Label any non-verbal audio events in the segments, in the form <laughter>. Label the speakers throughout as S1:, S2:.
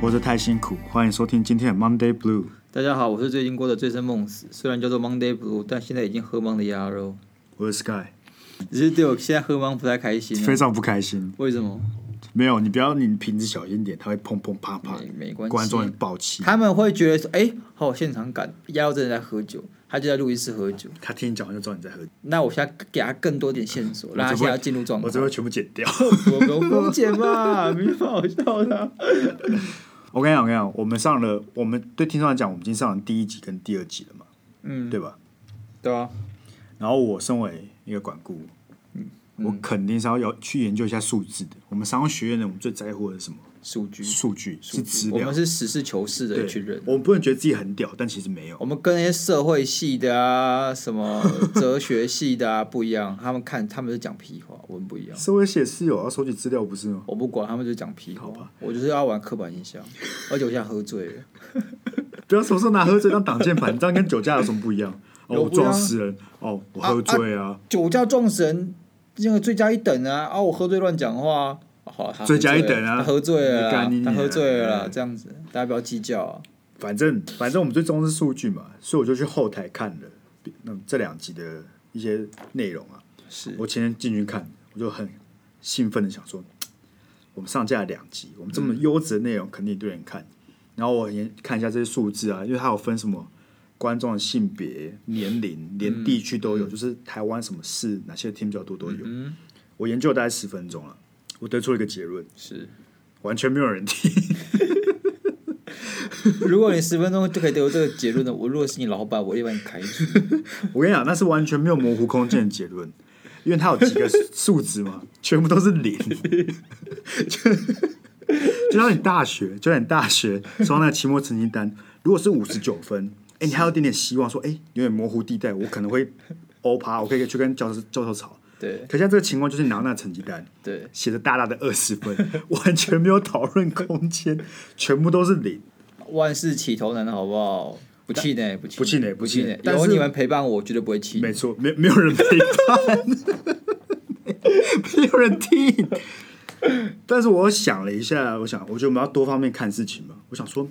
S1: 活得太辛苦，欢迎收听今天的 Monday Blue。
S2: 大家好，我是最近过得醉生梦死，虽然叫做 Monday Blue，但现在已经喝懵的鸭肉，
S1: 我是 Sky，
S2: 只是对我现在喝懵不太开心、啊。
S1: 非常不开心。
S2: 为什么？
S1: 没有，你不要，你瓶子小心点，它会砰砰啪啪
S2: 没，没关系
S1: 观众很爆气。
S2: 他们会觉得说，哎、好有现场感，鸭肉真的在喝酒，他就在录音室喝酒。
S1: 他听你讲完就知道你在喝酒，
S2: 那我现在给他更多点线索，让他
S1: 只
S2: 现
S1: 会
S2: 在进入状
S1: 我
S2: 况。
S1: 这会全部剪掉。 <laughs>
S2: 我们风险嘛，没什么好笑的啊、
S1: 我跟你讲，我跟你讲，我们上了，我们对听众来讲，我们已经上了第一集跟第二集了嘛，
S2: 嗯，
S1: 对吧？
S2: 对啊，
S1: 然后我身为一个管顾，
S2: 嗯
S1: 我肯定是要要去研究一下数字的。我们商学院呢，我们最在乎的是什么？
S2: 数据，
S1: 数据
S2: 数
S1: 是
S2: 据
S1: 指
S2: 我
S1: 标
S2: 们。是实事求是的一群人。
S1: 我们不能觉得自己很屌，但其实没有。
S2: 我们跟那些社会系的啊，什么哲学系的啊不一样，他们看他们是讲屁话，我们不一样。
S1: 社会系也是有要啊收集资料，不是吗？
S2: 我不管，他们就讲屁话。我就是要玩刻板印象，而且我现在喝醉了。
S1: 不要什么时候拿喝醉当挡箭牌，你这样跟酒驾有什么不一样？哦，
S2: 有
S1: 我
S2: 不一样啊
S1: 撞死人，哦，我喝醉啊，
S2: 酒驾撞死人，那个罪加一等啊！啊，我喝醉乱讲话啊。好，他喝
S1: 罪加一
S2: 醉了
S1: 等啊
S2: 他喝醉了
S1: 你
S2: 啦
S1: 干你，
S2: 他喝醉了啦
S1: 娘，
S2: 这样子大家不要计较啊。
S1: 反正反正我们最重视数据嘛，所以我就去后台看了那这两集的一些内容啊。
S2: 是
S1: 我前天进去看，我就很兴奋的想说，我们上架了两集，我们这么优质的内容肯定对人看。然后我也看一下这些数字啊，因为它有分什么观众的性别、年龄，连地区都有，就是台湾什么市哪些听比较多都有。
S2: 嗯，
S1: 我研究了大概十分钟了，我得出了一个结论，
S2: 是。
S1: 完全没有人听。
S2: 如果你十分钟就可以得出这个结论的，我如果是你老板，我一般开除。
S1: 我跟你讲，那是完全没有模糊空间的结论，因为它有几个数值嘛， <laughs> 全部都是零。就就像你大学，就像你大学收到那个期末成绩单，如果是五十九分，哎、你还有一点点希望说，哎、有点模糊地带，我可能会欧趴，我可以去跟教授教授吵。
S2: 对
S1: 可现在这个情况就是，你拿到那个成绩单，
S2: 对，
S1: 写着大大的二十分， <laughs> 完全没有讨论空间，全部都是零。
S2: 万事起头难，好不好？不气馁，不气
S1: 不气馁
S2: 不气馁
S1: 不气馁。但
S2: 有
S1: 是
S2: 你们陪伴我，我绝对不会气馁
S1: 没。错，没没有人陪伴，没有人听。但是我想了一下，我想，我觉得我们要多方面看事情嘛。我想说，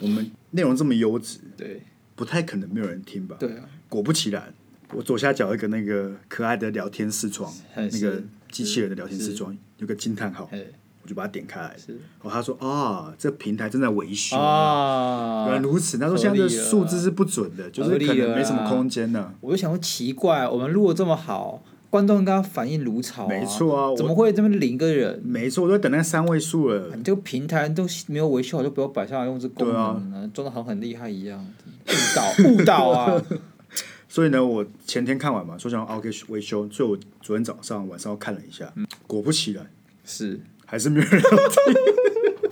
S1: 我们内容这么优质，
S2: 对
S1: 不太可能没有人听吧？
S2: 对啊，
S1: 果不其然，我左下角有一个那个可爱的聊天视窗，
S2: 还
S1: 那
S2: 是
S1: 个机器人的聊天视窗，有个惊叹号，
S2: 哎
S1: 我就把它点开来。
S2: 是
S1: 哦，他说啊、这平台正在维修。
S2: 啊，
S1: 原来如此，他说
S2: 合
S1: 现在的
S2: 理了
S1: 数字是不准的，就是
S2: 合理啊
S1: 可能
S2: 了
S1: 没什么
S2: 啦
S1: 空间呢、
S2: 我就想说奇怪，我们录的这么好，观众应该反应如潮、啊，
S1: 没错啊我
S2: 怎么会这么零个人？
S1: 没错，我都在等那三位数了。
S2: 你这个平台都没有维修好，就不要摆上来用这功能了、
S1: 啊
S2: 装的好像很厉害一样，误导误导
S1: <laughs>
S2: 啊！
S1: 所以呢，我前天看完嘛，说想要 OK 维修，所以我昨天早上晚上又看了一下，
S2: 嗯
S1: 果不其然，
S2: 是
S1: 还是没有人要听。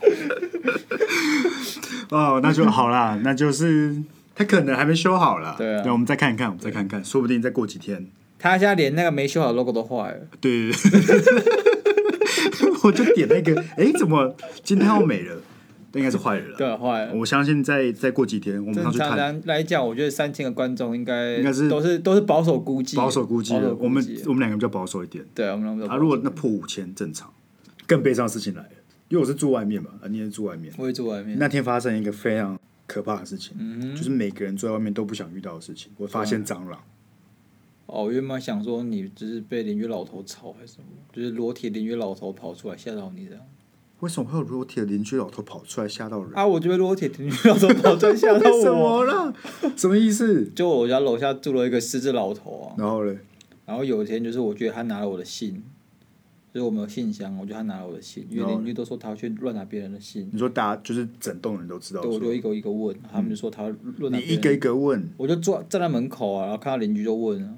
S1: <laughs> 哦，那就好啦，那就是他可能还没修好啦。
S2: 对啊
S1: 我们再看一看，我们再看一看，说不定再过几天。
S2: 他现在连那个没修好的 logo 都坏了，
S1: 对对对，
S2: <laughs>
S1: 我就点那个，哎，怎么今天要没了？那应该是啊坏了啦。
S2: 对，啊坏了。
S1: 我相信再再过几天，我们上
S2: 正
S1: 去
S2: 常
S1: 看。
S2: 来嗯来讲，我觉得三千个观众应该
S1: 应该是
S2: 都是都是保守估计，
S1: 保守估计
S2: 保
S1: 了，
S2: 守
S1: 我们
S2: 估计
S1: 我们两个比较保守一点。
S2: 对，我们两个都
S1: 啊，
S2: 保守
S1: 如果那破五千正常，更悲伤的事情来了，因为我是住外面嘛，啊，你也是住外面。
S2: 我也住外面，嗯
S1: 那天发生一个非常可怕的事情，就是每个人住在外面都不想遇到的事情。我发现蟑螂，
S2: 哦，我原本想说你就是被邻居老头吵还是什么，就是裸体邻居老头跑出来吓到你这样。
S1: 为什么会有裸体的邻居老头跑出来吓到人？
S2: 啊，我觉得裸体邻居老头跑出来吓到
S1: <laughs> 为什
S2: 我。
S1: 么啦？什么意思？
S2: 就我家楼下住了一个失智老头啊，
S1: 然后嘞，
S2: 然后有一天就是我觉得他拿了我的信，就是我们有信箱，我觉得他拿了我的信，因
S1: 然
S2: 为
S1: 后
S2: 邻居都说他去乱拿别人的信，
S1: 你说大家就是整栋人都知道
S2: 对，我就
S1: 说，
S2: 一个一个问，他们就说他乱拿
S1: 哦你
S2: 别
S1: 一
S2: 人
S1: 个一个问，
S2: 我就坐站在门口啊，然后看到邻居就
S1: <laughs>
S2: 问啊。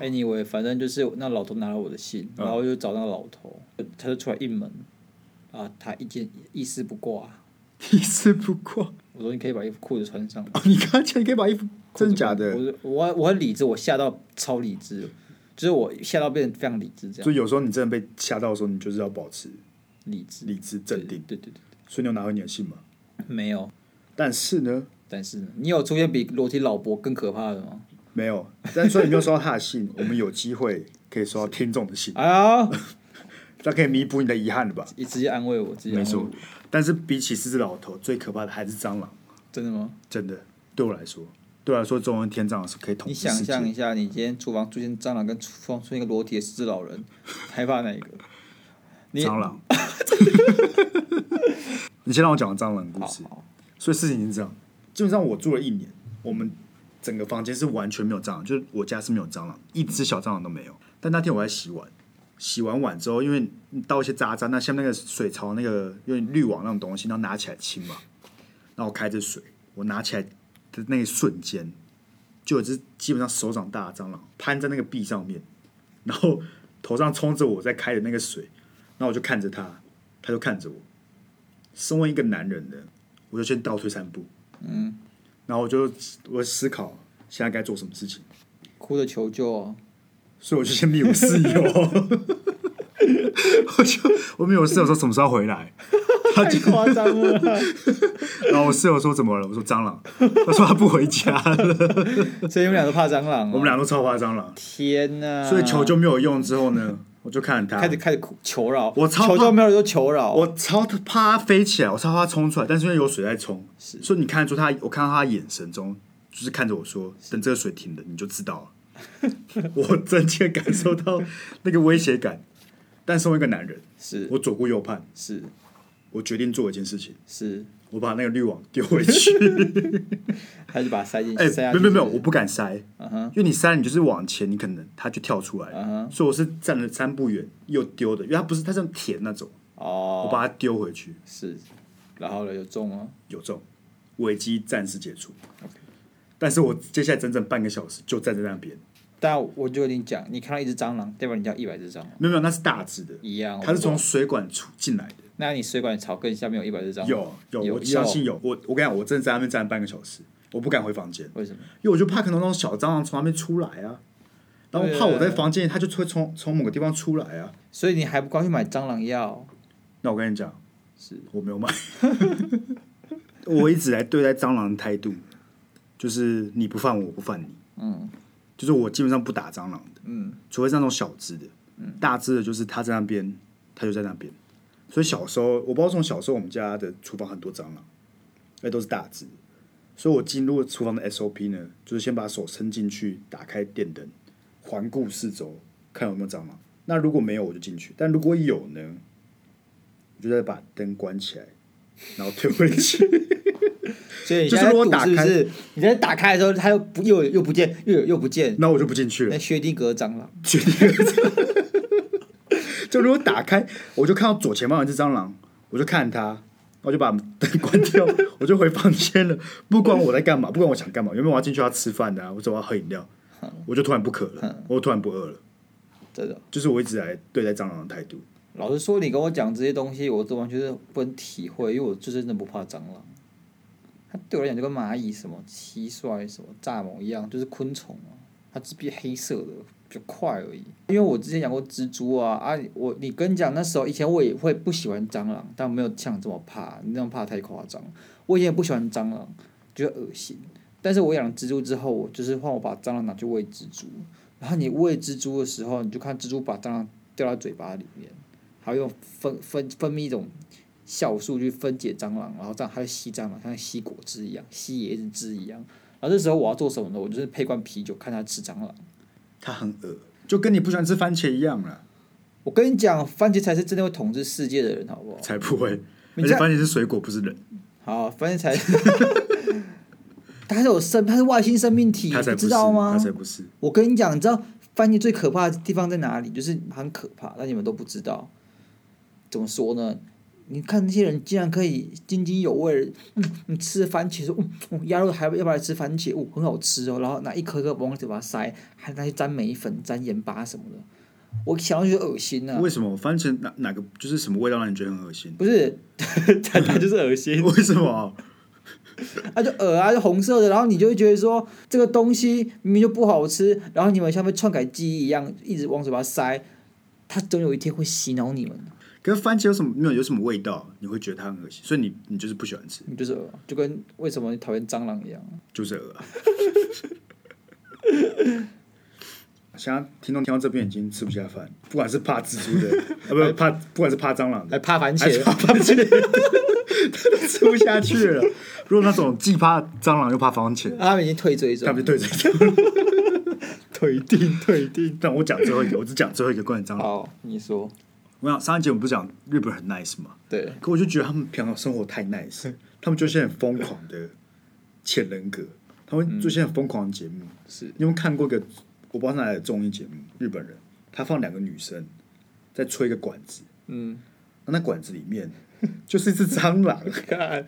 S2: Anyway，反正就是那老头拿了我的信，
S1: 嗯
S2: 然后我就找那个老头，他就出来应门，啊，他一件一丝不挂。啊
S1: 一丝不挂。
S2: 我说你可以把衣服裤子穿上吗，
S1: 哦你刚才你可以把衣服，真的假的？
S2: 我说我我很理智，我吓到超理智，就是我吓到变得非常理智，这样
S1: 所以有时候你真的被吓到的时候，你就是要保持
S2: 理智
S1: 理智镇定。
S2: 对对对，
S1: 所以你有拿回你的信吗？
S2: 没有，
S1: 但是呢，
S2: 但是呢你有出现比裸体老伯更可怕的吗？
S1: 没有，但所以没有收到他的 <laughs> 信，我们有机会可以收到听众的信，
S2: 哎
S1: <laughs>
S2: 呀，
S1: 那可以弥补你的遗憾了吧？
S2: 你直接安慰我，直接安
S1: 没
S2: 慰
S1: 错
S2: 我，
S1: 但是比起狮子老头，最可怕的还是蟑螂，
S2: 真的吗？
S1: 真的对我来说，对我来说，中文天蟑螂是可以统
S2: 你
S1: 治
S2: 想
S1: 世
S2: 象
S1: 界。
S2: 一下，你今天厨房出现蟑螂，跟厨房出现一个裸体的狮子老人，害怕哪一个？你
S1: 蟑
S2: <laughs>
S1: 螂，你先让我讲完蟑螂故
S2: 好
S1: 事。
S2: 好，
S1: 所以事情是这样，基本上我住了一年，我们整个房间是完全没有蟑螂，就是我家是没有蟑螂，一只小蟑螂都没有。但那天我在洗碗，洗完碗之后，因为倒一些渣渣，那下面那个水槽那个有点滤网那种东西，然后拿起来清嘛，然后我开着水，我拿起来的那一瞬间，就有一只基本上手掌大的蟑螂攀在那个壁上面，然后头上冲着我在开的那个水，然后我就看着它，它就看着我。身为一个男人的，我就先倒退三步，
S2: 嗯，
S1: 然后我就我思考现在该做什么事情，
S2: 哭着求救
S1: <laughs>
S2: 啊！
S1: 所以我就先密我室友， <laughs> 我就我密我室友说什么时候回来，
S2: 太夸张了，
S1: 然后我室友说怎么了，我说蟑螂，他说他不回家了， <laughs>
S2: 所以你们俩都怕蟑螂、啊。
S1: 我们俩都超怕蟑螂，
S2: 天呐、
S1: 所以求救没有用之后呢，我就看着
S2: 嗯开
S1: 他
S2: 始。开始哭求饶，
S1: 我超怕
S2: 求救没有人就求饶，
S1: 哦我超怕它飞起来，我超怕它冲出来，但是因为有水在冲，所以你看得出它，我看到它眼神中就是看着我说：“等这个水停了，你就知道了。” <laughs> 我真切感受到那个威胁感。但身为一个男人，
S2: 是
S1: 我左顾右盼，
S2: 是
S1: 我决定做一件事情，
S2: 是，
S1: 我把那个滤网丢回
S2: <laughs>
S1: 去。
S2: 他就把它塞进去，
S1: 哎、
S2: 塞下
S1: 没有
S2: 去
S1: 没有没有，
S2: 是
S1: 我不敢塞，
S2: 嗯哼
S1: 因为你塞了你就是往前，你可能它就跳出来了。
S2: 嗯哼，
S1: 所以我是站了三步远又丢的，因为它不是它是用铁那种，我
S2: 哦，
S1: 把它丢回去。
S2: 是，然后呢有中吗？
S1: 有中，危机暂时解除。但是我接下来整整半个小时就站在那边，
S2: 但我就跟你讲，你看到一只蟑螂，代表你叫一百只蟑螂
S1: 没有没有，那是大只的，
S2: 一样。
S1: 它是
S2: 我
S1: 从
S2: 不懂，
S1: 水管出进来的。
S2: 那你水管草根下面有一百只蟑螂，
S1: 有有，
S2: 哦有
S1: 我相信有。我我跟你讲，我真的在那边站了半个小时，我不敢回房间，
S2: 为什么？
S1: 因为我就怕可能那种小蟑螂从那边出来啊，然后我
S2: 对
S1: 怕我在房间它就会从从某个地方出来啊。
S2: 所以你还不光去买蟑螂药？
S1: 那我跟你讲，是我没有买。我一直来对待蟑螂的态度，就是你不犯我，我不犯你。
S2: 嗯
S1: 就是我基本上不打蟑螂的，
S2: 嗯，
S1: 除非是那种小只的，大只的就是它在那边，它就在那边。所以小时候，我不知道从小时候我们家的厨房很多蟑螂，那都是大只的。所以我进入厨房的 SOP 呢，就是先把手伸进去，打开电灯，环顾四周，看有没有蟑螂。那如果没有，我就进去；但如果有呢，我就再把灯关起来，然后退回去。 <laughs>
S2: 所以你
S1: 就是
S2: 现在
S1: 如果
S2: 赌
S1: 打
S2: 是不
S1: 开
S2: 是？你在打开的时候，它又不又有又不见，又有又不见，
S1: 那我就不进去了
S2: 那。薛定谔蟑螂
S1: 决定。 <laughs> 就如果打开，我就看到左前方有一只蟑螂，我就看它，我就把灯关掉，我就回房间了。不管我在干嘛，不管我想干嘛，原本我要进去要吃饭的、啊，或者我要喝饮料，我就突然不渴了，我突然不饿了，
S2: 真的。
S1: 就是我一直来对待蟑螂的态度。
S2: 老实说，你跟我讲这些东西，我都完全是不能体会，因为我就真的不怕蟑螂。它对我来讲就跟蚂蚁、什么蟋蟀、什么蚱蜢一样，就是昆虫啊，它只变黑色的，比较快而已。因为我之前养过蜘蛛啊啊，我你跟你讲，那时候以前我也会不喜欢蟑螂，但没有像你这么怕，你那样怕太夸张。我以前也不喜欢蟑螂，觉得恶心。但是我养蜘蛛之后，我就是换我把蟑螂拿去喂蜘蛛，然后你喂蜘蛛的时候，你就看蜘蛛把蟑螂掉到嘴巴里面。还用分分分泌一种酵素去分解蟑螂，然后这样它就吸蟑螂，像吸果汁一样，啊吸椰子汁一样。然后这时候我要做什么呢？我就是配罐啤酒，看它吃蟑螂。
S1: 它很恶，就跟你不喜欢吃番茄一样啦，
S2: 我跟你讲，番茄才是真的会统治世界的人，好不好？
S1: 才不会。而
S2: 你这
S1: 且
S2: 样
S1: 番茄是水果，不是人，
S2: 好，番茄才，它是有生，它是外星生命
S1: <laughs>
S2: 体，
S1: 它才
S2: 你
S1: 不是，
S2: 知道吗
S1: 它？才不是。
S2: 我跟你讲，你知道番茄最可怕的地方在哪里？就是很可怕，但你们都不知道。怎么说呢？你看那些人竟然可以津津有味，嗯，你吃番茄说，嗯，嗯鸭肉还要不要来吃番茄？哦，很好吃哦。然后拿一颗颗往嘴巴塞，还拿去沾梅粉、沾盐巴什么的。我想到就恶心啊！
S1: 为什么番茄哪哪个就是什么味道让你觉得很恶
S2: <laughs>
S1: 心？
S2: 不是，他他就是恶心，
S1: 为什么？
S2: 啊就恶啊就红色的，然后你就会觉得说这个东西明明就不好吃，然后你们像被篡改记忆一样一直往嘴巴塞，它总有一天会洗脑你们的。
S1: 可是番茄有什么没有有什么味道，你会觉得它很恶心，所以你你就是不喜欢吃，
S2: 你就是恶就跟为什么你讨厌蟑螂一样。
S1: 就是恶、啊。现在听众听到这边已经吃不下饭，不管是怕蜘蛛的，啊不怕，不管是怕蟑螂的，
S2: 还怕番
S1: 还是
S2: 茄，
S1: 怕番茄
S2: <laughs>
S1: 的，他都吃不下去了。如果那种既怕蟑螂又怕番
S2: <laughs>
S1: 茄，
S2: 他们已经退追
S1: 他
S2: 踪，
S1: 们就对着 <laughs>
S2: 退订退订。
S1: 但我讲最后一个，我只讲最后一个关于蟑螂。
S2: 好，你说
S1: 我想上一集我们不是讲日本人很 nice 吗？
S2: <laughs> 对，
S1: 可我就觉得他们平常生活太 nice，他们就是很疯狂的潜人格，他们做一些很疯狂的节目。
S2: 是
S1: 你有没有看过一个我不知道是哪里的综艺节目，日本人他放两个女生在吹一个管子，
S2: 嗯，
S1: 那管子里面 <laughs> 就是一只蟑螂，
S2: 看，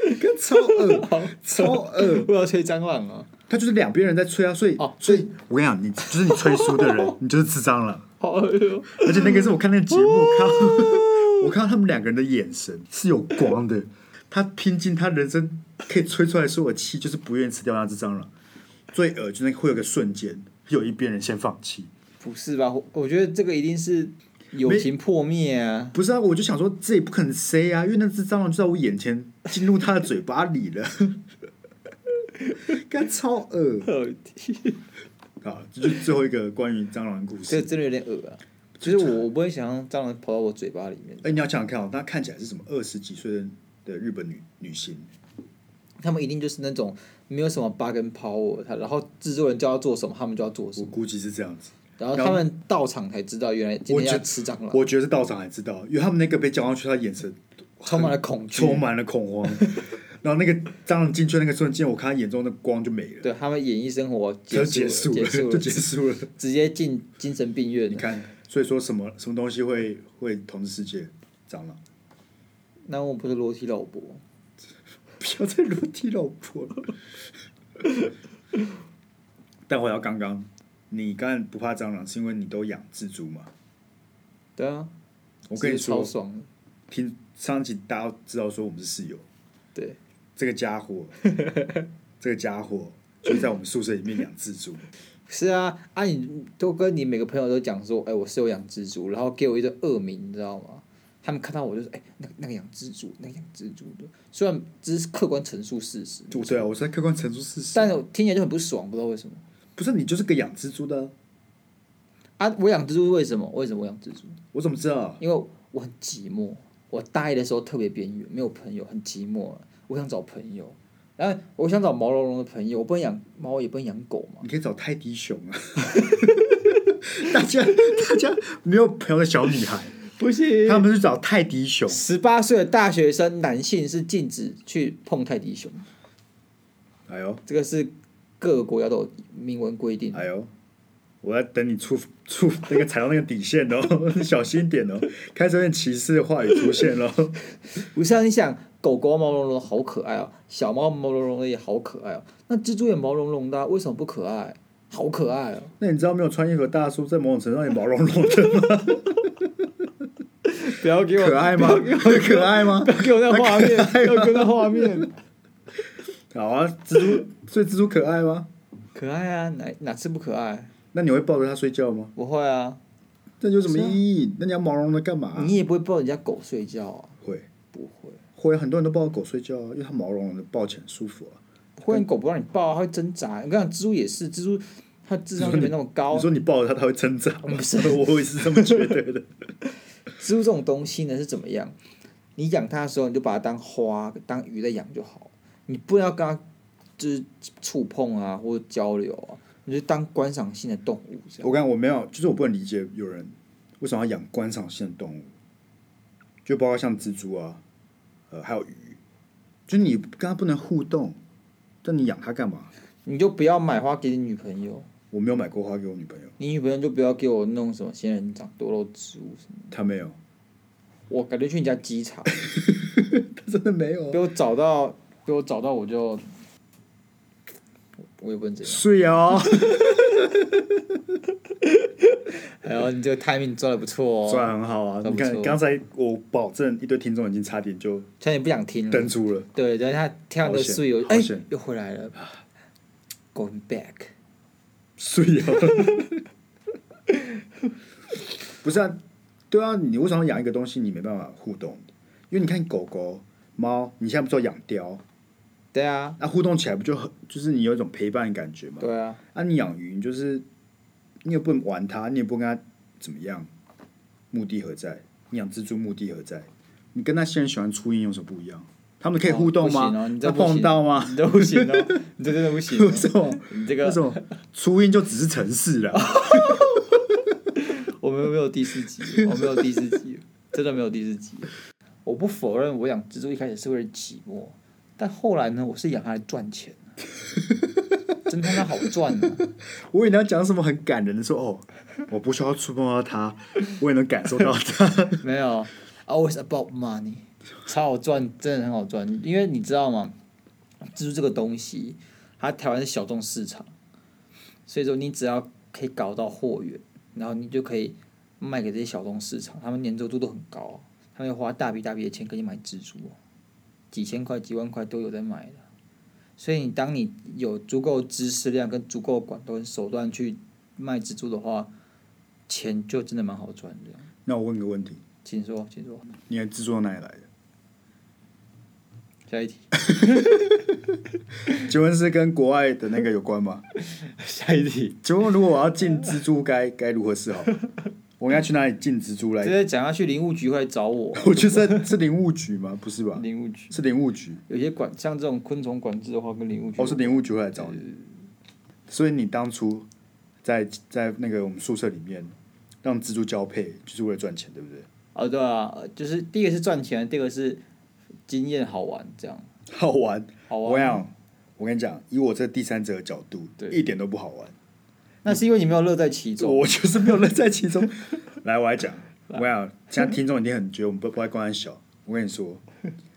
S1: 跟超恶超恶，
S2: 我要吹蟑螂啊，
S1: 他就是两边人在吹啊，所以、
S2: 哦
S1: 所以我跟你讲，你就是你吹输的
S2: <laughs>
S1: 人，你就是吃蟑螂。
S2: 好恶哦，
S1: 而且那个是我看那个节目，我看到我看到他们两个人的眼神是有光的，他拼尽他人生可以吹出来所有的气，就是不愿意吃掉那只蟑螂。最恶就是那个会有个瞬间，有一边人先放弃。
S2: 不是吧？我我觉得这个一定是友情破灭啊。 <laughs>
S1: 不是啊，我就想说这也不可能塞啊，因为那只蟑螂就在我眼前进入他的嘴巴里了，干超恶
S2: 到底
S1: 啊！这就是最后一个关于蟑螂的故
S2: 这
S1: 事。
S2: 真的有点恶啊！就是我我不会想象蟑螂跑到我嘴巴里面，
S1: 哎、你要想想看哦，她看起来是什么二十几岁的的日本女女星，
S2: 他们一定就是那种没有什么 bug 跟 power，他然后制作人叫他做什么，他们就要做什
S1: 我
S2: 么，
S1: 估计是这样子。
S2: 然后他们到场才知道原来今
S1: 我
S2: 天
S1: 觉
S2: 要吃蟑螂，
S1: 我觉得是道长还知道，因为他们那个被叫上去，他眼神
S2: 充满了恐惧，
S1: 充满了恐 <laughs> 慌。然后那个蟑螂进去那个瞬间，我看他眼中的光就没了，
S2: 对他们演艺生活
S1: <laughs> 就
S2: 结
S1: 结
S2: 束
S1: 束
S2: 了，
S1: 了，
S2: 结
S1: <laughs>
S2: 束
S1: 就结束了。
S2: 直接进精神病院
S1: 你
S2: 了。
S1: 看，所以说什么什么东西会会统治世界？蟑螂！
S2: 那我不是裸体老婆，
S1: 不要再裸体老婆 <laughs> 了。但回到刚刚，你刚才不怕蟑螂，是因为你都养蜘蛛嘛？
S2: 对啊，
S1: 我跟你
S2: 直接超
S1: 说，
S2: 爽的，
S1: 听上一集大家都知道说我们是室友，
S2: 对，
S1: 这个家伙， <laughs> 这个家伙就在我们宿舍里面养蜘蛛，
S2: 是啊，啊你都跟你每个朋友都讲说，哎、我是有养蜘蛛，然后给我一个恶名，你知道吗？他们看到我就说，哎、那那个养蜘蛛，那个养蜘蛛的，虽然只是客观陈述事实，
S1: 就对啊，我是在客观陈述事实，
S2: 但我听起来就很不爽，不知道为什么
S1: 不是你就是个养蜘蛛的啊，
S2: 啊！我养蜘蛛为什么？为什么我养蜘蛛？
S1: 我怎么知道？
S2: 因为我很寂寞，我大一的时候特别边缘，没有朋友，很寂寞，我想找朋友。然后我想找毛茸茸的朋友，我不能养猫，也不能养狗嘛。
S1: 你可以找泰迪熊啊， <laughs> 大家大家没有朋友的小女孩，
S2: 不行
S1: 他们去找泰迪熊，
S2: 十八岁的大学生男性是禁止去碰泰迪熊，
S1: 哎呦
S2: 这个是各个国家都有明文规定。
S1: 哎呦，我要等你触触那个踩到那个底线哦， <laughs> 你小心一点哦，开始有点歧视的话语出现哦喽。
S2: 不是啊，你想狗狗毛茸茸好可爱哦，小猫毛茸茸的也好可爱哦，那蜘蛛也毛茸茸的啊、为什么不可爱？好可爱哦！
S1: 那你知道没有穿衣服的大叔在某种程度上也毛茸茸 <laughs> 的吗？
S2: 不要给
S1: 可爱吗？可爱吗？
S2: 给我那
S1: <laughs>
S2: 画面，要给我那画面。
S1: 好啊，蜘蛛， <laughs> 所以蜘蛛可爱吗？
S2: 可爱啊，哪哪次不可爱？
S1: 那你会抱着它睡觉吗？
S2: 不会啊，
S1: 这有什么意义？那你要毛茸茸的干嘛、
S2: 你也不会抱人家狗睡觉啊，
S1: 会
S2: 不会。
S1: 会，很多人都抱着狗睡觉啊，因为它毛茸茸的，抱起来很舒服啊。
S2: 不会狗不让你抱、啊，它会挣扎。我跟你讲，蜘蛛也是，蜘蛛它智商就没那么高啊
S1: 你。说你抱着它，它会挣扎吗？
S2: 不是
S1: <laughs> 我也是这么觉得的。
S2: 蜘蛛这种东西呢是怎么样？你养它的时候，你就把它当花、当鱼在养就好，你不要跟它就是触碰啊或者交流啊，你就当观赏性的动物这样。
S1: 我刚我没有，就是我不能理解有人为什么要养观赏性的动物，就包括像蜘蛛啊，呃，还有鱼，就你跟它不能互动，但你养它干嘛？
S2: 你就不要买花给你女朋友，
S1: 我没有买过花给我女朋友，
S2: 你女朋友就不要给我弄什么仙人掌、多肉植物什么的。
S1: 她没有，
S2: 我感觉去你家稽查，
S1: 她真的没有啊。
S2: 被我找到，被我找到我就，我也不能怎样。
S1: 睡哦，
S2: 哎呦，你这个 timing 抓的不错哦，
S1: 算很好啊！
S2: 算
S1: 你
S2: 不错
S1: 看刚才我保证一堆听众已经差点就
S2: 虽然你不想听了，
S1: 登出了，
S2: 对，等他跳的室友，
S1: 好
S2: 哎、
S1: 险啊
S2: 又回来了，going back。 <laughs>
S1: 睡哦。不是啊，对啊，你为什么养一个东西你没办法互动？因为你看狗狗、猫，你现在不是有养貂，
S2: 对啊，
S1: 那、互动起来不就很就是你有一种陪伴的感觉吗？
S2: 对啊，
S1: 啊，你养鱼你就是你也不能玩它，你也不跟它怎么样，目的何在？你养蜘蛛目的何在？你跟那些人喜欢初音有什么不一样？他们可以
S2: 哦
S1: 互动吗？
S2: 不行哦你这
S1: 那
S2: 不行
S1: 碰到吗？
S2: 你这不行
S1: <laughs>
S2: 哦，你这真的不行哦，
S1: 为什么？
S2: 你这
S1: 为
S2: 个
S1: 什么初音就只是城市了？
S2: 我们没有第四集，我没有第四集，真的没有第四集。我不否认，我养蜘蛛一开始是为了寂寞，但后来呢，我是养它来赚钱
S1: <laughs>
S2: 的，真他妈好赚啊！
S1: 我以为你要讲什么很感人的说哦，我不需要触碰到它，我也能感受到它。
S2: <laughs> 没有，always about money，超 <laughs> 好赚，真的很好赚。因为你知道吗？蜘蛛这个东西，它台湾是小众市场，所以说你只要可以搞到货源，然后你就可以卖给这些小众市场，他们粘着度都很高，啊他们会花大笔大笔的钱给你买蜘蛛，哦几千块、几万块都有在买的。所以你当你有足够知识量跟足够管道跟手段去卖蜘蛛的话，钱就真的蛮好赚的。
S1: 那我问个问题，
S2: 请说，请说。
S1: 你的制作哪里来的？
S2: 下一题，
S1: 请问是跟国外的那个有关吗？
S2: 下一题。
S1: 请问如果我要进蜘蛛该该如何是好？我应该去哪里进蜘蛛
S2: 直
S1: 来？
S2: 接讲下去，林务局会来找我。
S1: 我觉得是林务局吗？不是吧？
S2: 林务局
S1: 是林务局，
S2: 有些管像这种昆虫管制的话，跟林务局
S1: 哦，是林务局会来找你。所以你当初在在那个我们宿舍里面让蜘蛛交配，就是为了赚钱，对不对？
S2: 哦，对啊，呃就是第一个是赚钱，第二个是呃经验好玩，这样
S1: 好玩。
S2: 好啊
S1: 我
S2: 玩。
S1: 想，我跟你讲，以我这第三者的角度，
S2: 对
S1: 一点都不好玩。
S2: 那是因为你没有乐在其中。
S1: 我就是没有乐在其中。 <laughs> 来，我来讲，我想，现在听众一定很觉得我们不不爱关安小。我跟你说，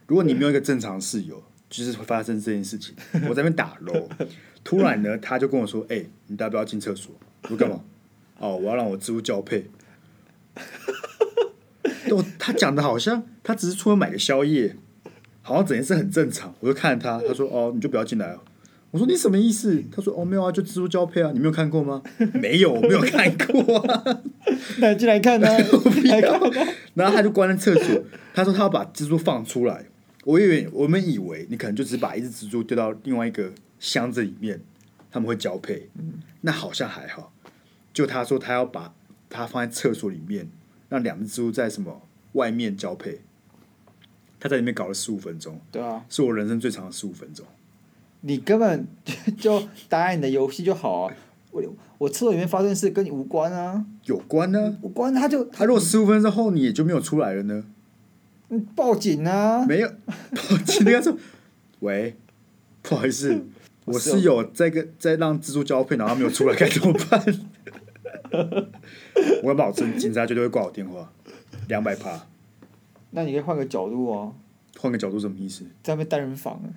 S1: 如果你没有一个正常的室友，就是会发生这件 <laughs> 事情。我在那边打楼，突然呢，他就跟我说：“哎、你大不要进厕所。”我说干嘛？哦，我要让我蜘蛛交配。 <laughs> 我他讲的好像他只是出门买个宵夜，好像整件事很正常。我就看着他，他说：“哦，你就不要进来哦。”我说：“你什么意思？”他说：“哦，没有啊，就蜘蛛交配啊，你没有看过吗？”没有，我没有看过啊。
S2: 那你进来看呢？啊来看
S1: <laughs> 然后他就关了厕所，他说他要把蜘蛛放出来。我以为我们以为你可能就只是把一只蜘蛛丢到另外一个箱子里面，他们会交配。那好像还好。就他说他要把它放在厕所里面，让两只蜘蛛在什么外面交配。他在里面搞了十五分钟，
S2: <laughs> 对啊，
S1: 是我人生最长的十五分钟。
S2: 你根本 <laughs> 就打你的游戏就好啊。我我厕所里面发生事跟你无关啊，
S1: 有关呢？
S2: 无关他就
S1: 他如果十五分钟后你也就没有出来了呢？
S2: 嗯报警啊。
S1: 没
S2: <laughs>
S1: 有，我今天说，喂，不好意思，我室友在跟在让蜘蛛交配，然后他没有出来，该怎么办？
S2: <laughs>
S1: 我保证警察绝对会挂我电话，两百趴。
S2: 那你可以换个角度哦，
S1: 换个角度什么意思？
S2: 在那边单人房。啊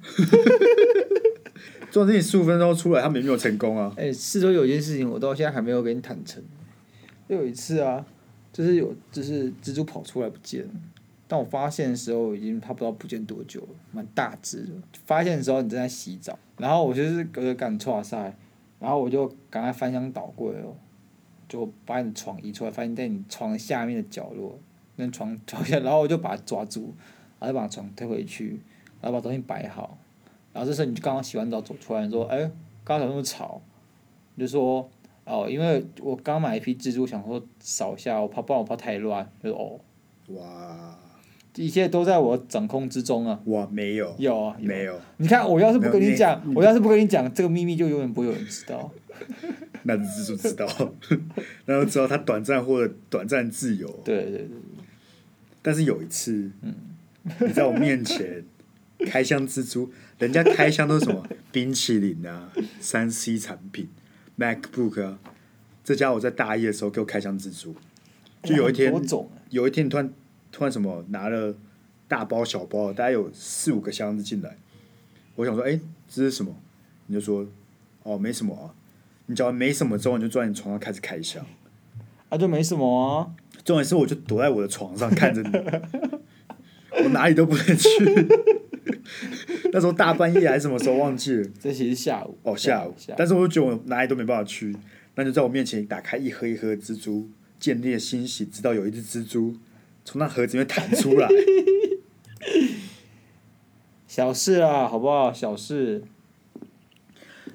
S1: 重点是你十五分钟出来，他们也没有成功啊。
S2: 哎、四周有一件事情我到现在还没有给你坦诚。就有一次啊，就是有就是蜘蛛跑出来不见了，但我发现的时候已经它不知道不见多久了，蛮大只的。发现的时候你正在洗澡，然后我就是隔着赶错塞，然后我就赶快翻箱倒柜哦，就把你的床移出来，发现在你床下面的角落，那床床下， <laughs> 然后我就把它抓住，然后就把床推回去，然后把东西摆好，然后这时候你就刚刚洗完澡走出来，你说哎，刚刚怎么那么吵？就说哦，因为我刚买一批蜘蛛，想说扫一下，我怕不然我怕太乱。就说哦，
S1: 哇
S2: 一切都在我掌控之中啊。
S1: 哇，没有
S2: 有啊，有
S1: 没有，
S2: 你看，我要是不跟
S1: 没有
S2: 你
S1: 你
S2: 讲，我要是不跟你讲，这个秘密就永远不会有人知道。
S1: 那只蜘蛛知道， <laughs> 然后知道他短暂获得短暂自由。
S2: 对对对，
S1: 但是有一次，你在我面前开箱蜘蛛，人家开箱都是什么冰淇淋啊、三 C 产品、MacBook 啊，这家伙在大一的时候给我开箱蜘蛛，就有一天
S2: 哇很多种啊，
S1: 有一天突然突然什么拿了大包小包的，大概有四五个箱子进来，我想说，哎、这是什么？你就说，哦，没什么啊。你讲完没什么之后，你就坐在你床上开始开箱。
S2: 啊就没什么啊。
S1: 重点是我就躲在我的床上看着你， <laughs> 我哪里都不能去。 <laughs> 那时候大半夜还是什么时候忘记了？
S2: 这其实下午
S1: 哦，下午
S2: 下。
S1: 但是我就觉得我哪里都没办法去，那就在我面前打开一盒一盒的蜘蛛，建立了欣喜，直到有一只蜘蛛从那盒子里面弹出 <laughs> 来。
S2: 小事啊，好不好？小事。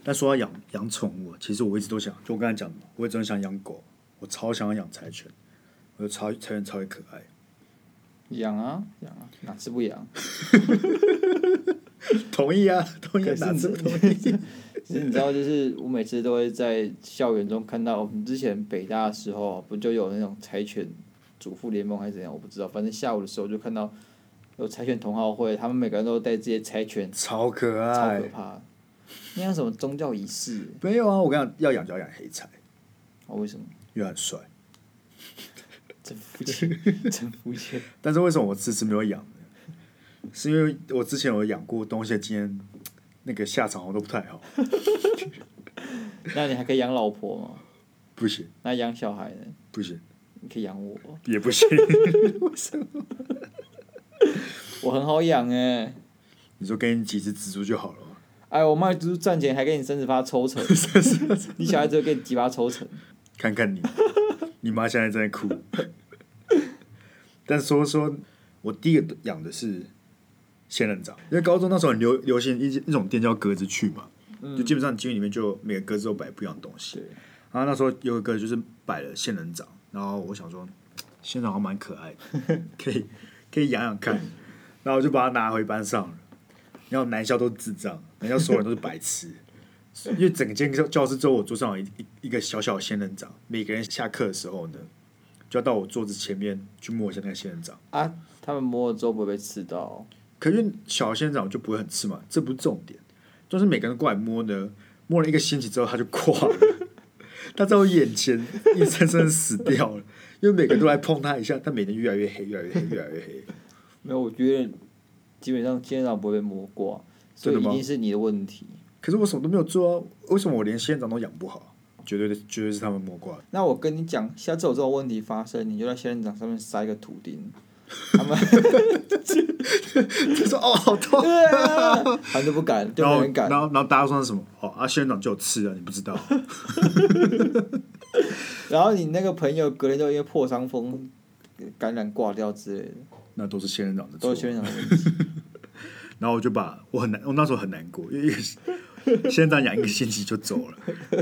S1: 但说到养养宠物，其实我一直都想，就我刚才讲的嘛，我一直很想养狗，我超想要养柴犬，我觉得柴柴犬超级可爱。
S2: 养啊养啊，哪次不养？
S1: 同意啊，同意啊，
S2: 可是
S1: 哪
S2: 你
S1: 次不同意？
S2: 其实你知道，就是我每次都会在校园中看到，我们之前北大的时候啊不就有那种柴犬主妇联盟还是怎样，我不知道。反正下午的时候就看到有柴犬同好会，他们每个人都带这些柴犬，
S1: 超可
S2: 超
S1: 爱
S2: 可。怕。那像什么宗教仪式？
S1: 没有啊，我跟你讲，要养就要养黑柴，
S2: 哦，为什么？
S1: 因为它很帅。
S2: 真肤浅，真肤浅。
S1: 但是为什么我迟迟没有养呢？是因为我之前有养过东西的经验，那个下场我都不太好，
S2: 那你还可以养老婆吗？
S1: 不行
S2: 那养小孩呢？
S1: 不行
S2: 你可以养我，
S1: 也不 <laughs> 行。
S2: 我很好养哎、
S1: 你说给你几只蜘蛛就好了嘛，
S2: 哎，我卖猪赚钱还给你三十发抽成，你小孩子会给你几发抽成？
S1: 看看你，你妈现在正在哭。但说说，我第一个养的是仙人掌，因为高中那时候很流流行一一种店叫格子去嘛，就基本上基因里面就每个格子都摆不一样的东西。
S2: 对，
S1: 然后那时候有一个就是摆了仙人掌，然后我想说仙人掌好像蛮可爱的，可以可以养养看，然后我就把它拿回班上了。然后男校都是智障，男校所有人都是白痴，因为整间教教室只有我桌上有一一一个小小的仙人掌，每个人下课的时候呢，就要到我桌子前面去摸一下那个仙人掌。
S2: 啊，他们摸了之后不会被刺到，哦
S1: 可是因为小仙人掌就不会很刺嘛，这不是重点，就是每个人过来摸呢，摸了一个星期之后，它就垮了，它在我眼前硬生生死掉了，因为每个人都来碰它一下，它每天越来越黑，越来越黑，越来越黑。
S2: 没有，我觉得基本上仙人掌不会被摸过啊，所以
S1: 真
S2: 一
S1: 的吗
S2: 定是你的问题。
S1: 可是我什么都没有做啊，为什么我连仙人掌都养不好？绝对的，绝对是他们摸挂的。
S2: 那我跟你讲，下次有这种问题发生，你就在仙人掌上面塞一个图钉，
S1: <laughs>
S2: 他们。
S1: <laughs> 就说哦，好痛
S2: 啊他们就不敢，就
S1: 然
S2: 没
S1: 后，
S2: 人敢
S1: 然。后，然后大家说是什么？哦，啊，仙人掌就有刺啊，你不知
S2: <laughs>
S1: 道？
S2: 然后你那个朋友隔天就因为破伤风感染挂掉之类的，
S1: 那都是仙人掌的错
S2: 都是。仙人掌的问题。
S1: 然后我就把我很难，我那时候很难过，因为一个 <laughs> 仙人掌养一个星期就走了，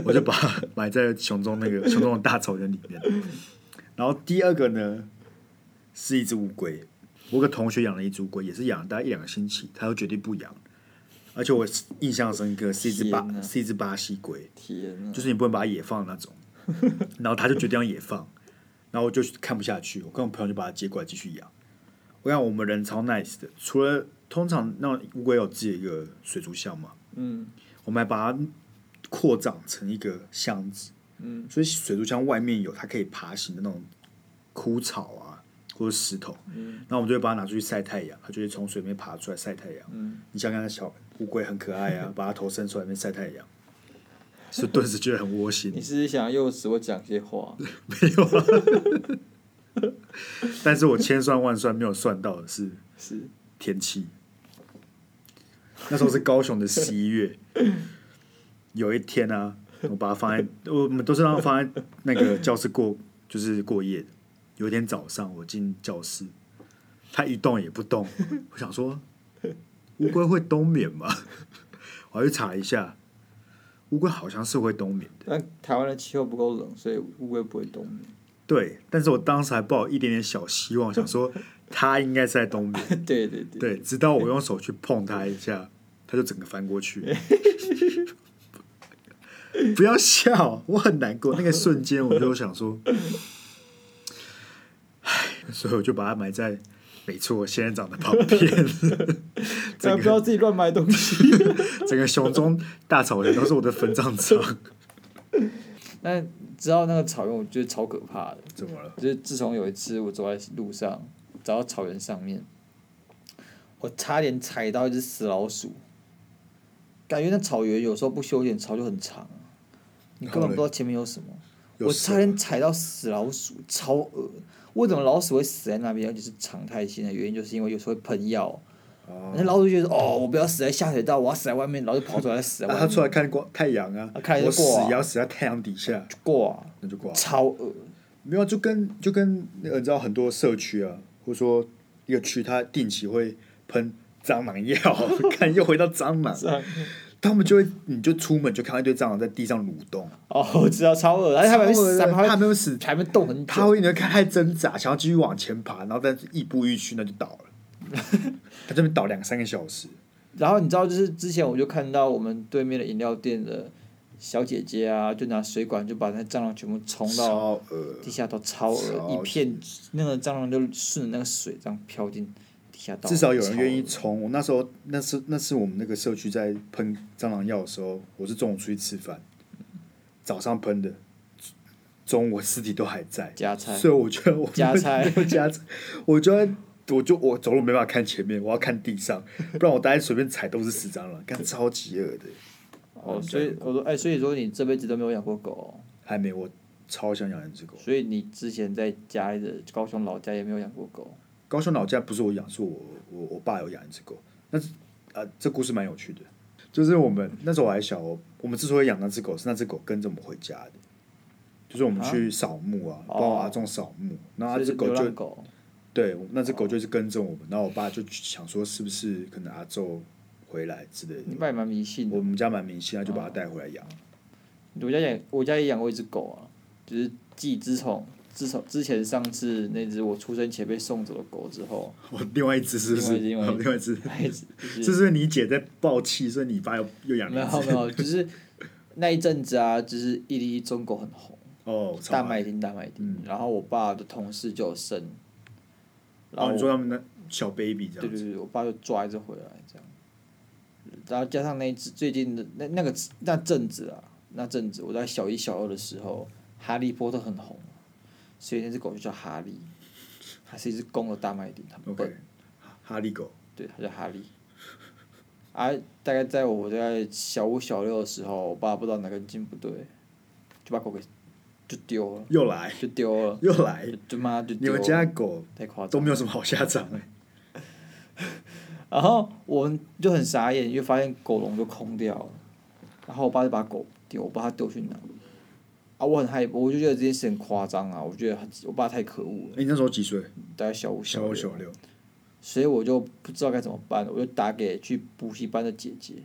S1: 我就把它埋在熊中那个熊中的大草原里面。然后第二个呢，是一只乌龟，我有个同学养了一只乌龟，也是养了大概一两个星期，他就决定不养。而且我印象深刻，是一只巴
S2: 天哪
S1: 是一只巴西龟，
S2: 天
S1: <laughs>
S2: 啊！
S1: 就是你不能把它野放的那种。然后他就决定要野放，然后我就看不下去，我跟我朋友就把它接过来继续养。我看我们人超 nice 的，除了通常那种乌龟有自己一个水族箱嘛，
S2: 嗯，
S1: 我们还把它扩展成一个箱子，
S2: 嗯，
S1: 所以水族箱外面有它可以爬行的那种枯草啊或者石头，
S2: 嗯，
S1: 然后我们就会把它拿出去晒太阳，它就会从水里面爬出来晒太阳，
S2: 嗯，
S1: 你想想看，小乌龟很可爱啊，
S2: <laughs>
S1: 把它头伸出来面晒太阳，所以顿时觉得很窝心
S2: <laughs> 你。是不是想诱使我讲些话？
S1: 但是我千算万算没有算到的 <laughs> 是
S2: 是
S1: 天气，那时候是高雄的十一月，有一天啊，我把它放在我们都是让它放在那个教室过，就是过夜的。有一天早上我进教室，它一动也不动，我想说乌龟会冬眠吗？ <laughs> 我还去查一下，乌龟好像是会冬眠的。
S2: 但台湾的气候不够冷，所以乌龟不会
S1: <laughs>
S2: 冬眠。
S1: 对，但是我当时还抱有一点点小希望，想说它应该是在冬眠。
S2: 对对对，
S1: 对，直到我用手去碰它一下，它就整个翻过
S2: <laughs>
S1: 去。不要笑，我很难过。那个瞬间，我就想说，唉，所以我就把它埋在没错仙人掌的旁边。
S2: 才
S1: 整
S2: 不要
S1: 个
S2: 自己乱买东西。
S1: 整个熊中大草原都是我的坟葬场。
S2: 那知道那个草原，我觉得超可怕的。
S1: 怎么了？
S2: 就是自从有一次我走在路上，走到草原上面，我差点踩到一只死老鼠。感觉那草原有时候不修剪，草就很长啊，你根本不知道前面有什么。
S1: 有
S2: 我
S1: 蛇
S2: 差点踩到死老鼠，超恶！为什么老鼠会死在那边？而且是常态性的原因，就是因为有时候会喷药。那老鼠就觉得哦，我不要死在下水道，我要死在外面，然后就跑出来死在
S1: 啊
S2: 外
S1: 它
S2: 面，
S1: 出来看光太阳啊
S2: 啊看一下
S1: 我
S2: 就过
S1: 死
S2: 啊
S1: 也要死在太阳底下，
S2: 挂，
S1: 那就挂了。
S2: 超恶！
S1: 没有啊，就跟就跟那个你知道很多社区啊，或者说一个区，它定期会喷蟑螂药， <laughs> 看又回到蟑螂，
S2: 是啊
S1: 他们就会你就出门就看到一堆蟑螂在地上蠕动，
S2: 哦，我知道超恶，而且他们会
S1: 超恶
S2: 死，
S1: 的
S2: 他们
S1: 它
S2: 还
S1: 没
S2: 会
S1: 有死，
S2: 还会动很
S1: 它
S2: 久，
S1: 会你会看它挣扎，想要继续往前爬，然后但是亦步亦趋，那就倒了， <laughs> 它这边倒两三个小时，
S2: 然后你知道，就是之前我就看到我们对面的饮料店的小姐姐啊，就拿水管就把那蟑螂全部冲到
S1: 超恶
S2: 地下道，超
S1: 超
S2: 恶
S1: 级
S2: 一片，那个蟑螂就顺着那个水这样飘进地下道。
S1: 至少有人愿意
S2: 超恶
S1: 冲。我那时候那是那是我们那个社区在喷蟑螂药的时候，我是中午出去吃饭，早上喷的，中午我尸体都还在，
S2: 加菜，
S1: 所以我觉得我
S2: 加菜
S1: 没有加菜，我觉得。我就我走路没办法看前面，我要看地上，不然我待随便踩都是死蟑螂，干超级恶的。
S2: 哦，所以我说，哎、所以说你这辈子都没有养过狗哦、
S1: 还没，我超想养一只狗。
S2: 所以你之前在家里的高雄老家也没有养过狗。
S1: 高雄老家不是我养，是我我我爸有养一只狗。那是呃，这故事蛮有趣的，就是我们那时候我还小，我我们之所以养那只狗，是那只狗跟着我们回家的，就是我们去扫墓啊，
S2: 哦
S1: 帮我阿仲扫墓，然后那
S2: 所
S1: 只
S2: 以是
S1: 啊狗
S2: 流
S1: 就
S2: 浪狗，
S1: 对，我那只狗就是跟着我们，然后我爸就想说是不是可能阿宙回来之类
S2: 你
S1: 的，
S2: 爸也蛮迷信的
S1: 我。们家蛮迷信，他就把它带回来养。
S2: 我家养，我家也养过一只狗啊，就是继自从自从之前上次那只我出生前被送走的狗之
S1: <laughs>
S2: 后，
S1: 我另外一只是不是？
S2: 另外一只
S1: 哦另外一只，
S2: 那一只就是
S1: 这是你姐在爆气，所以你爸又又养
S2: <laughs> 没
S1: 了一
S2: 有
S1: 只
S2: 没有，就是那一阵子啊，就是一粒中狗很红，
S1: 哦，超
S2: 大
S1: 爱
S2: 麦町大麦町
S1: 嗯，
S2: 然后我爸的同事就有生，然
S1: 然后
S2: 后我
S1: 哦你说他们的小 baby 这
S2: 对
S1: 样
S2: 对
S1: 子，
S2: 对，我爸就抓一只回来这样，然后加上那一只最近的那那个那阵子啊，那阵子我在小一小二的时候，哈利波特很红，所以那只狗就叫哈利，它是一只公的大麦町，它很笨
S1: OK，哈利狗，
S2: 对，他叫哈利。啊，大概在我在小五小六的时候，我爸不知道哪根筋不对，就把狗给就丢了，
S1: 又来 <laughs>
S2: 就丢了，
S1: 又 <laughs> 来
S2: 就，就妈就
S1: 你
S2: 丢
S1: 们
S2: 了，
S1: 家的狗
S2: 太夸
S1: 都
S2: 张
S1: 没
S2: 了。
S1: 有什么好下场哎、
S2: 然后我们就很傻眼，因为发现狗笼就空掉了，然后我爸就把狗丢，我不知道他丢去哪。啊，我很害怕，我就觉得这件事很夸张啊，我觉得很我爸太可恶了，
S1: 欸你那时候几岁？
S2: 大概小五
S1: 小
S2: 六，
S1: 五小六，
S2: 所以我就不知道该怎么办，我就打给去补习班的姐姐，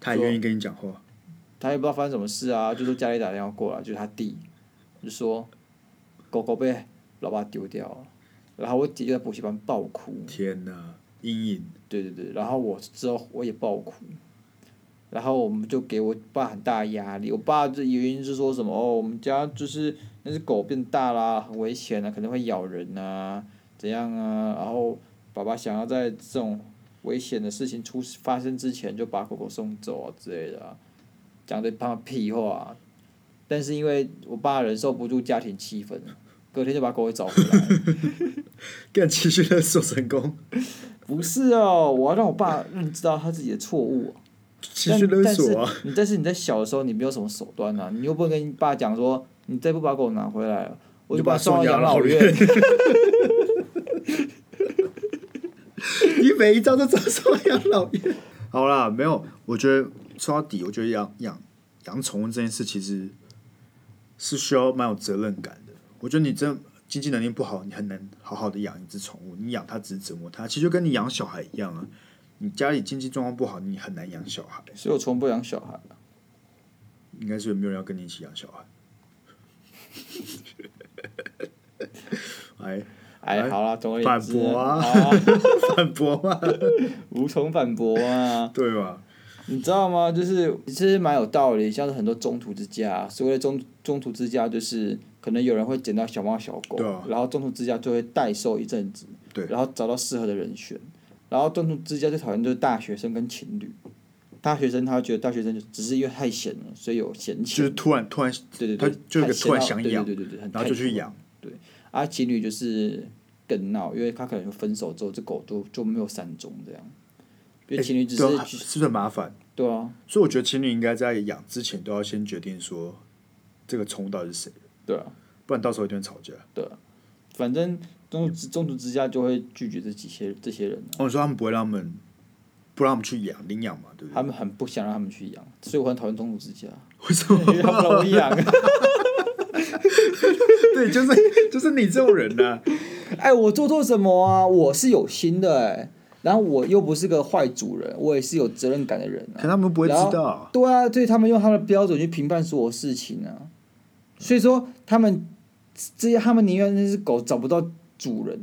S1: 他也愿意跟你讲话，
S2: 他也不知道发生什么事啊，就说家里打电话过来，就是他弟，就说狗狗被老爸丢掉了，然后我姐就在补习班爆哭，
S1: 天哪，阴影，
S2: 对对对，然后我之后我也爆哭，然后我们就给我爸很大的压力，我爸的原因是说什么哦，我们家就是那只狗变大啦，很危险啊，可能会咬人啊，怎样啊，然后爸爸想要在这种危险的事情出发生之前就把狗狗送走啊之类的、啊，讲的他妈屁话啊、但是因为我爸忍受不住家庭气氛，隔天就把狗给找回来了。 <laughs>
S1: 更持续的索成功，
S2: 不是哦，我要让我爸认知到他自己的错误、啊。
S1: 持续勒索啊！
S2: 但但是你但是你在小的时候，你没有什么手段啊，你又不能跟你爸讲说，你再不把狗拿回来了，我
S1: 你
S2: 就
S1: 就把它
S2: 把它送到
S1: 送
S2: 养
S1: 养老
S2: 院。 <laughs>
S1: <laughs> 你每一招都遭受养老院。好啦，没有，我觉得说到底，我觉得养养养宠物这件事其实是需要蛮有责任感的。我觉得你真经济能力不好，你很难好好的养一只宠物。你养它只是折磨它，其实就跟你养小孩一样啊。你家里经济状况不好，你很难养小孩。
S2: 所以我从不养小孩啊，
S1: 应该是有没有人要跟你一起养小孩？ <laughs> 哎，
S2: 哎，好啦，总而言
S1: 反
S2: 之，
S1: 驳啊 <laughs>
S2: 好啊
S1: 反驳嘛，
S2: 无从反驳啊，
S1: 对吧？
S2: 你知道吗？就是其实蛮有道理，像是很多中途之家，所谓的中中途之家，就是可能有人会捡到小猫小狗，
S1: 对啊
S2: 然后中途之家就会代售一阵子，
S1: 对
S2: 然后找到适合的人选，然后中途之家最讨厌就是大学生跟情侣，大学生他会觉得大学生就只是因为太闲了，所以有闲
S1: 就
S2: 钱
S1: 是，突然突然，
S2: 对对
S1: 他
S2: 对，
S1: 就有
S2: 太
S1: 个
S2: 闲
S1: 突然
S2: 到
S1: 想
S2: 对
S1: 养
S2: 对对对对，很
S1: 然后就去养。
S2: 啊，情侣就是更闹，因为他可能分手之后，这狗就就没有散踪这样，因为情侣只是
S1: 对啊，
S2: 去
S1: 是不是很麻烦？
S2: 对啊，
S1: 所以我觉得情侣应该在养之前都要先决定说这个宠物到底是谁，
S2: 对啊。
S1: 不然到时候一定会吵架。
S2: 反正中途中途之家就会拒绝这几些这些人、啊，
S1: 哦，你说他们不会让他们不让他们去养领养嘛，对不
S2: 他
S1: 对？
S2: 们很不想让他们去养， <laughs> 所以我很讨厌中途之家，
S1: 为什么？
S2: 因为他不让我养。
S1: <laughs> 对，就是就是你这种人呐、
S2: <laughs> <laughs> 哎，我做错什么啊？我是有心的哎、然后我又不是个坏主人，我也是有责任感的人啊。
S1: 可他们不会知
S2: 然
S1: 道。
S2: 对啊，对他们用他们的标准去评判所有事情啊，所以说他们这些他们宁愿那只狗找不到主人，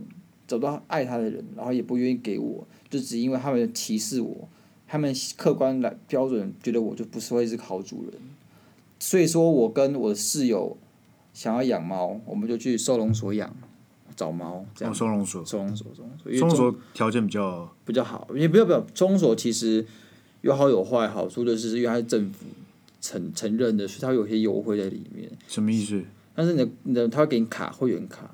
S2: 找不到爱它的人，然后也不愿意给我，就只因为他们歧视我，他们客观来标准觉得我就不是会是个好主人，所以说我跟我的室友想要养猫，我们就去收容所养，找猫这
S1: 哦，
S2: 样。
S1: 收容所，
S2: 收容所，收容所，因为
S1: 收容所条件比较
S2: 比较好，也不要不要，中所其实有好有坏，好处就是因为它是政府承承认的，所以它有些优惠在里面。
S1: 什么意思？
S2: 但是你的你的它会给你卡会员卡，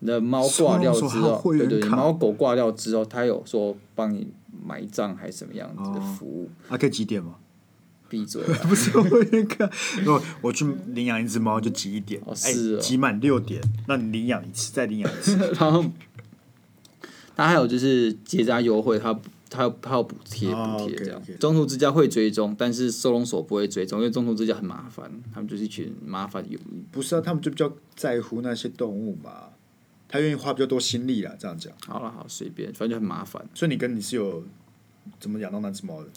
S2: 你的猫
S1: 收
S2: 挂
S1: 容
S2: 掉之
S1: 所还有
S2: 后，
S1: 会
S2: 对
S1: 员
S2: 对，你
S1: 卡
S2: 猫狗挂掉之后，它有说帮你埋葬还是什么样子的
S1: 哦
S2: 服务。
S1: 还、可以几点吗？ <laughs>
S2: 闭嘴啊！
S1: 不是，我那个，如果我去领养一只猫就挤一点，
S2: 哦
S1: 哎
S2: 是哦
S1: 挤满六点，那你领养一次，再领养一次，
S2: <laughs> 然后，它还有就是结扎优惠，它它有它有补贴
S1: 哦
S2: 补贴这样
S1: OK，OK。
S2: 中途之家会追踪，但是收容所不会追踪，因为中途之家很麻烦，他们就是一群麻烦有
S1: 不是啊，他们就比较在乎那些动物嘛，他愿意花比较多心力啦，这样讲。
S2: 好了，好随便，反正就很麻烦。
S1: 所以你跟你是有怎么养到那只猫的？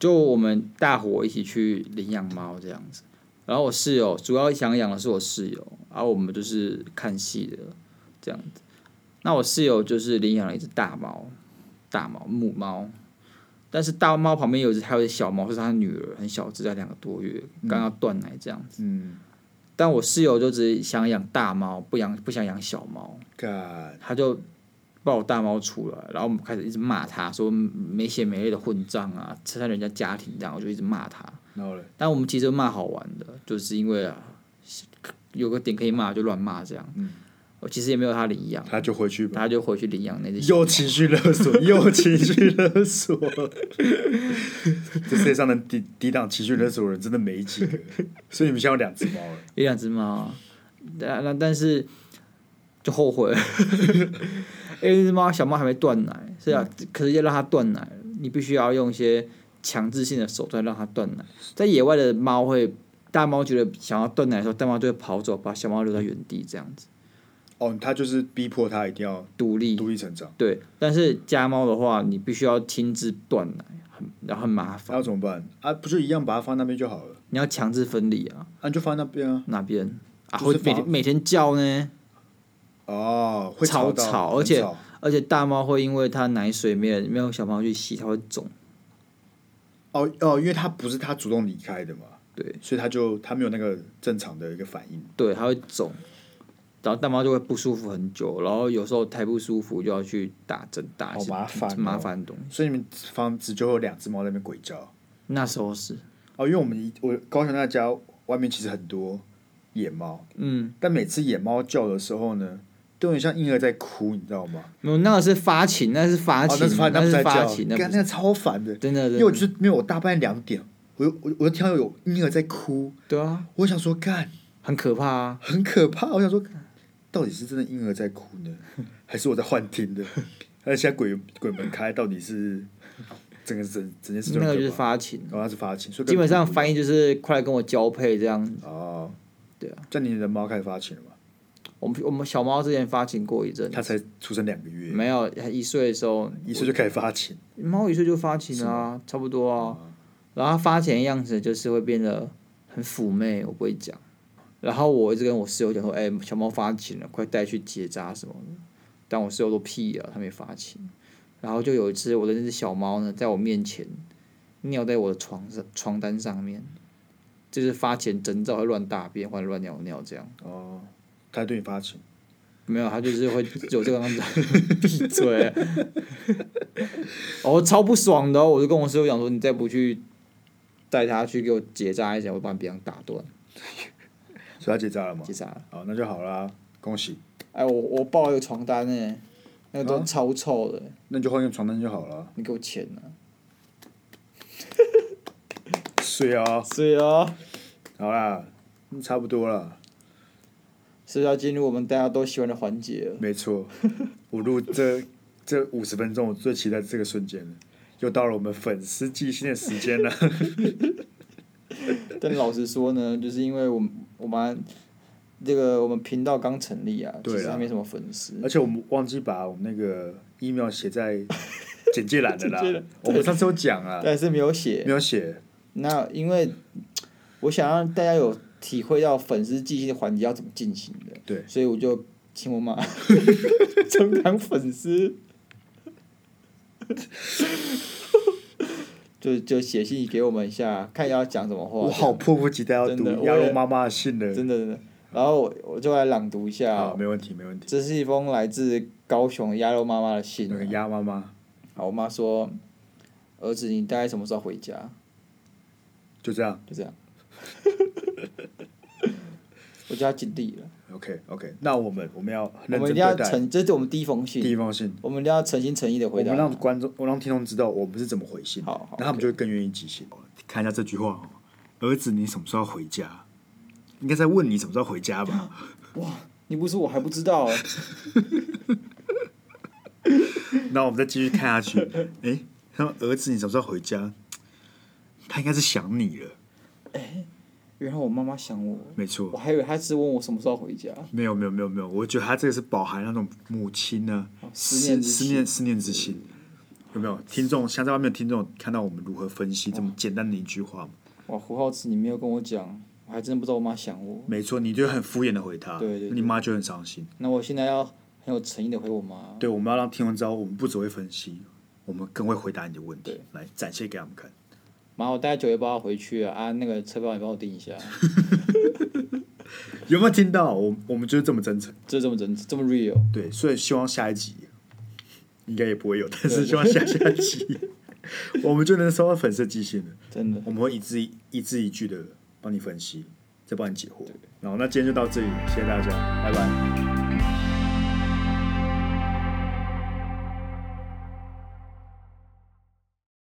S2: 就我们大伙一起去领养猫这样子。然后我室友主要想养的是我室友，然后我们就是看戏的这样子。那我室友就是领养了一只大猫，大猫母猫，但是大猫旁边有一只还有一只小猫，是他女儿，很小只，才两个多月，刚要断奶这样子。
S1: 嗯，
S2: 但我室友就只想养大猫，不养不想养小猫。
S1: 干，
S2: 他就抱大猫出来，然后我们开始一直骂他，说没血没泪的混账啊，拆散人家家庭这样，我就一直骂他。
S1: 然后嘞，
S2: 但我们其实骂好玩的，就是因为、啊、有个点可以骂就乱骂这样。我其实也没有他领养，
S1: 他就回去吧。
S2: 他就回去领养那只小
S1: 又
S2: 猫。
S1: 情绪勒索，又情绪勒索， <laughs> 这世界上能抵抵挡情绪勒索的人真的没几个，所以你们现在有两只猫了。
S2: 有两只猫啊，但那但是就后悔 <laughs> 了，因为那只猫小猫还没断奶，是啊，可是要让它断奶，你必须要用一些强制性的手段让它断奶。在野外的猫会，大猫觉得想要断奶的时候，大猫就会跑走，把小猫留在原地这样子
S1: 哦，他就是逼迫他一定要
S2: 独立。
S1: 独立成长，
S2: 对，但是家猫的话，你必须要亲自断奶，很然后很麻
S1: 那
S2: 烦，
S1: 要怎么办？啊，不就一样把它放那边就好了？
S2: 你要强制分离啊，
S1: 啊，你就放那边啊。
S2: 那边啊
S1: 就
S2: 会
S1: 是
S2: 每
S1: 把
S2: 天每天叫呢。
S1: 哦，会吵到，
S2: 超
S1: 很
S2: 吵而且
S1: 吵
S2: 而且大猫会因为它奶水没有没有小猫去洗，它会肿。
S1: 哦哦，因为他不是他主动离开的嘛，
S2: 对嗯
S1: 所以他就他没有那个正常的一个反应。
S2: 对，它会肿，然后大猫就会不舒服很久，然后有时候太不舒服就要去打针打一些
S1: 好麻烦哦
S2: 麻烦的东西。
S1: 所以你们房子就会有两只猫在那边鬼叫。
S2: 那时候是，
S1: 哦，因为我们一我高雄那家外面其实很多野猫，
S2: 嗯，
S1: 但每次野猫叫的时候呢，都很像婴儿在哭，你知道吗？
S2: 没有，那个是发情，那是发
S1: 哦
S2: 情，，
S1: 那是发，那
S2: 那
S1: 不是在
S2: 发
S1: 叫
S2: 情，，那
S1: 干
S2: 不
S1: 那
S2: 是
S1: 个超烦的。
S2: 真的，
S1: 因
S2: 真
S1: 为我
S2: 的
S1: 就是没有，我大半夜两点，我又我我就听到有婴儿在哭，
S2: 对啊，
S1: 我想说干
S2: 很可怕啊。
S1: 很可怕，我想说到底是真的婴儿在哭呢，还是我在幻听的？而现在鬼鬼门开，到底是整个整整件事就
S2: 那
S1: 很
S2: 个就是
S1: 可怕。
S2: 发情，
S1: 然后它是发情，所以
S2: 基本上
S1: 发
S2: 翻译就是快来跟我交配这样。
S1: 哦，
S2: 对啊，
S1: 这样你的猫开始发情了吗？
S2: 我们我们小猫之前发情过一阵，
S1: 它才出生两个月，
S2: 没有，它一岁的时候
S1: 一岁就开始发情，
S2: 猫一岁就发情啊，差不多啊。然后它发情的样子就是会变得很妩媚，我不会讲。然后我一直跟我室友讲说：“哎、小猫发情了，快带去结扎什么的。”但我室友都屁啊，它没发情。然后就有一次，我的那只小猫呢，在我面前尿在我的床上床单上面，就是发情征兆会乱大便或者乱尿尿这样。
S1: 哦，它对你发情，
S2: 没有，他就是会有这个样子， <laughs> 闭嘴！哦，超不爽的哦、我就跟我师傅讲说，你再不去带他去给我结扎一下，我把你鼻梁打断，
S1: 所以它结扎了吗
S2: 结？扎了。
S1: 好，那就好啦，恭喜，
S2: 哎，我我抱一个床单呢、那个都超臭的，
S1: 那你就换个床单就好了，
S2: 你给我钱呢、啊？
S1: 睡啊，
S2: 是啊，
S1: 好啦，嗯差不多啦，
S2: 是要进入我们大家都喜欢的环节了。
S1: 没错，我录这这五十分钟，我最期待这个瞬间了。又到了我们粉丝寄信的时间了，
S2: <laughs> 但老实说呢，就是因为我们我们这个我们频道刚成立啊，其
S1: 对
S2: 实
S1: 啊
S2: 还没什么粉丝。
S1: 而且我们忘记把我们那个 email 写在简介栏的
S2: <laughs>
S1: 啦
S2: 简介栏。
S1: 我们上次有讲啊，
S2: 但是没有写
S1: 没。有写，
S2: 那因为我想让大家有体会到粉丝寄信的环节要怎么进行的，
S1: 对，
S2: 所以我就请我妈 <laughs> 充当粉丝，就就写信给我们一下，看要讲什么话。
S1: 我好迫不及待要
S2: 真
S1: 读
S2: 的
S1: 鸭
S2: 我也
S1: 肉妈妈的信了。
S2: 真的真的。然后我我就来朗读一下
S1: 好，，没问题，没问题。
S2: 这是一封来自高雄鸭肉妈妈的信啊
S1: 那。个鸭妈妈
S2: 好，我妈说：“儿子，你大概什么时候回家
S1: 就这样？”
S2: 就这样。我就要尽力了，
S1: ，OK OK。那我们我们要
S2: 我
S1: 认
S2: 们
S1: 真
S2: 一定要
S1: 对待
S2: 诚，这是我们第一封
S1: 第
S2: 信，
S1: 一封信，
S2: 我们一定要诚心诚意的
S1: 我
S2: 回
S1: 们
S2: 答
S1: 让。观众，我让听众知道我们是怎么回信，
S2: 好好
S1: 那他们就会更愿意寄信。哦看一下这句话哦，儿子，你什么时候要回家？应该在问你什么时候回家吧？
S2: 你不说我还不知道欸，
S1: <laughs> 那我们再继续看下 <laughs> 去。哎、他说儿子，你什么时候回家？他应该是想你了，
S2: 原来我妈妈想我，
S1: 没
S2: 我
S1: 错。
S2: 还以为她是问我什么时候回家。
S1: 没有没有没有没有，我觉得他这个是饱含那种母亲呢、
S2: 思念之
S1: 哦思
S2: 情
S1: 念思念之情，有没有？听众像在外面的听众看到我们如何分析这么简单的一句话吗
S2: 哇，胡浩慈，你没有跟我讲，我还真不知道我妈想我。
S1: 没错，你就很敷衍的回他，
S2: 对对对
S1: 你妈就很伤心。
S2: 那我现在要很有诚意的回我妈。
S1: 对，我们要让听众知道，我们不只会分析，我们更会回答你的问题
S2: 对，
S1: 来展现给他们看。
S2: 妈，我大概九月八号回去啊，啊，那个车票你帮我订一下，
S1: 有没有听到？我我们就是这么真诚，
S2: 就这么真，这么 real。
S1: 对，所以希望下一集应该也不会有，但是
S2: 对
S1: 希望下下一集 <laughs> 我们就能收到粉丝寄信了。
S2: 真的，
S1: 我们会一字一字一句的帮你分析，再帮你解惑。然后那今天就到这里，谢谢大家，拜拜。
S2: 拜拜。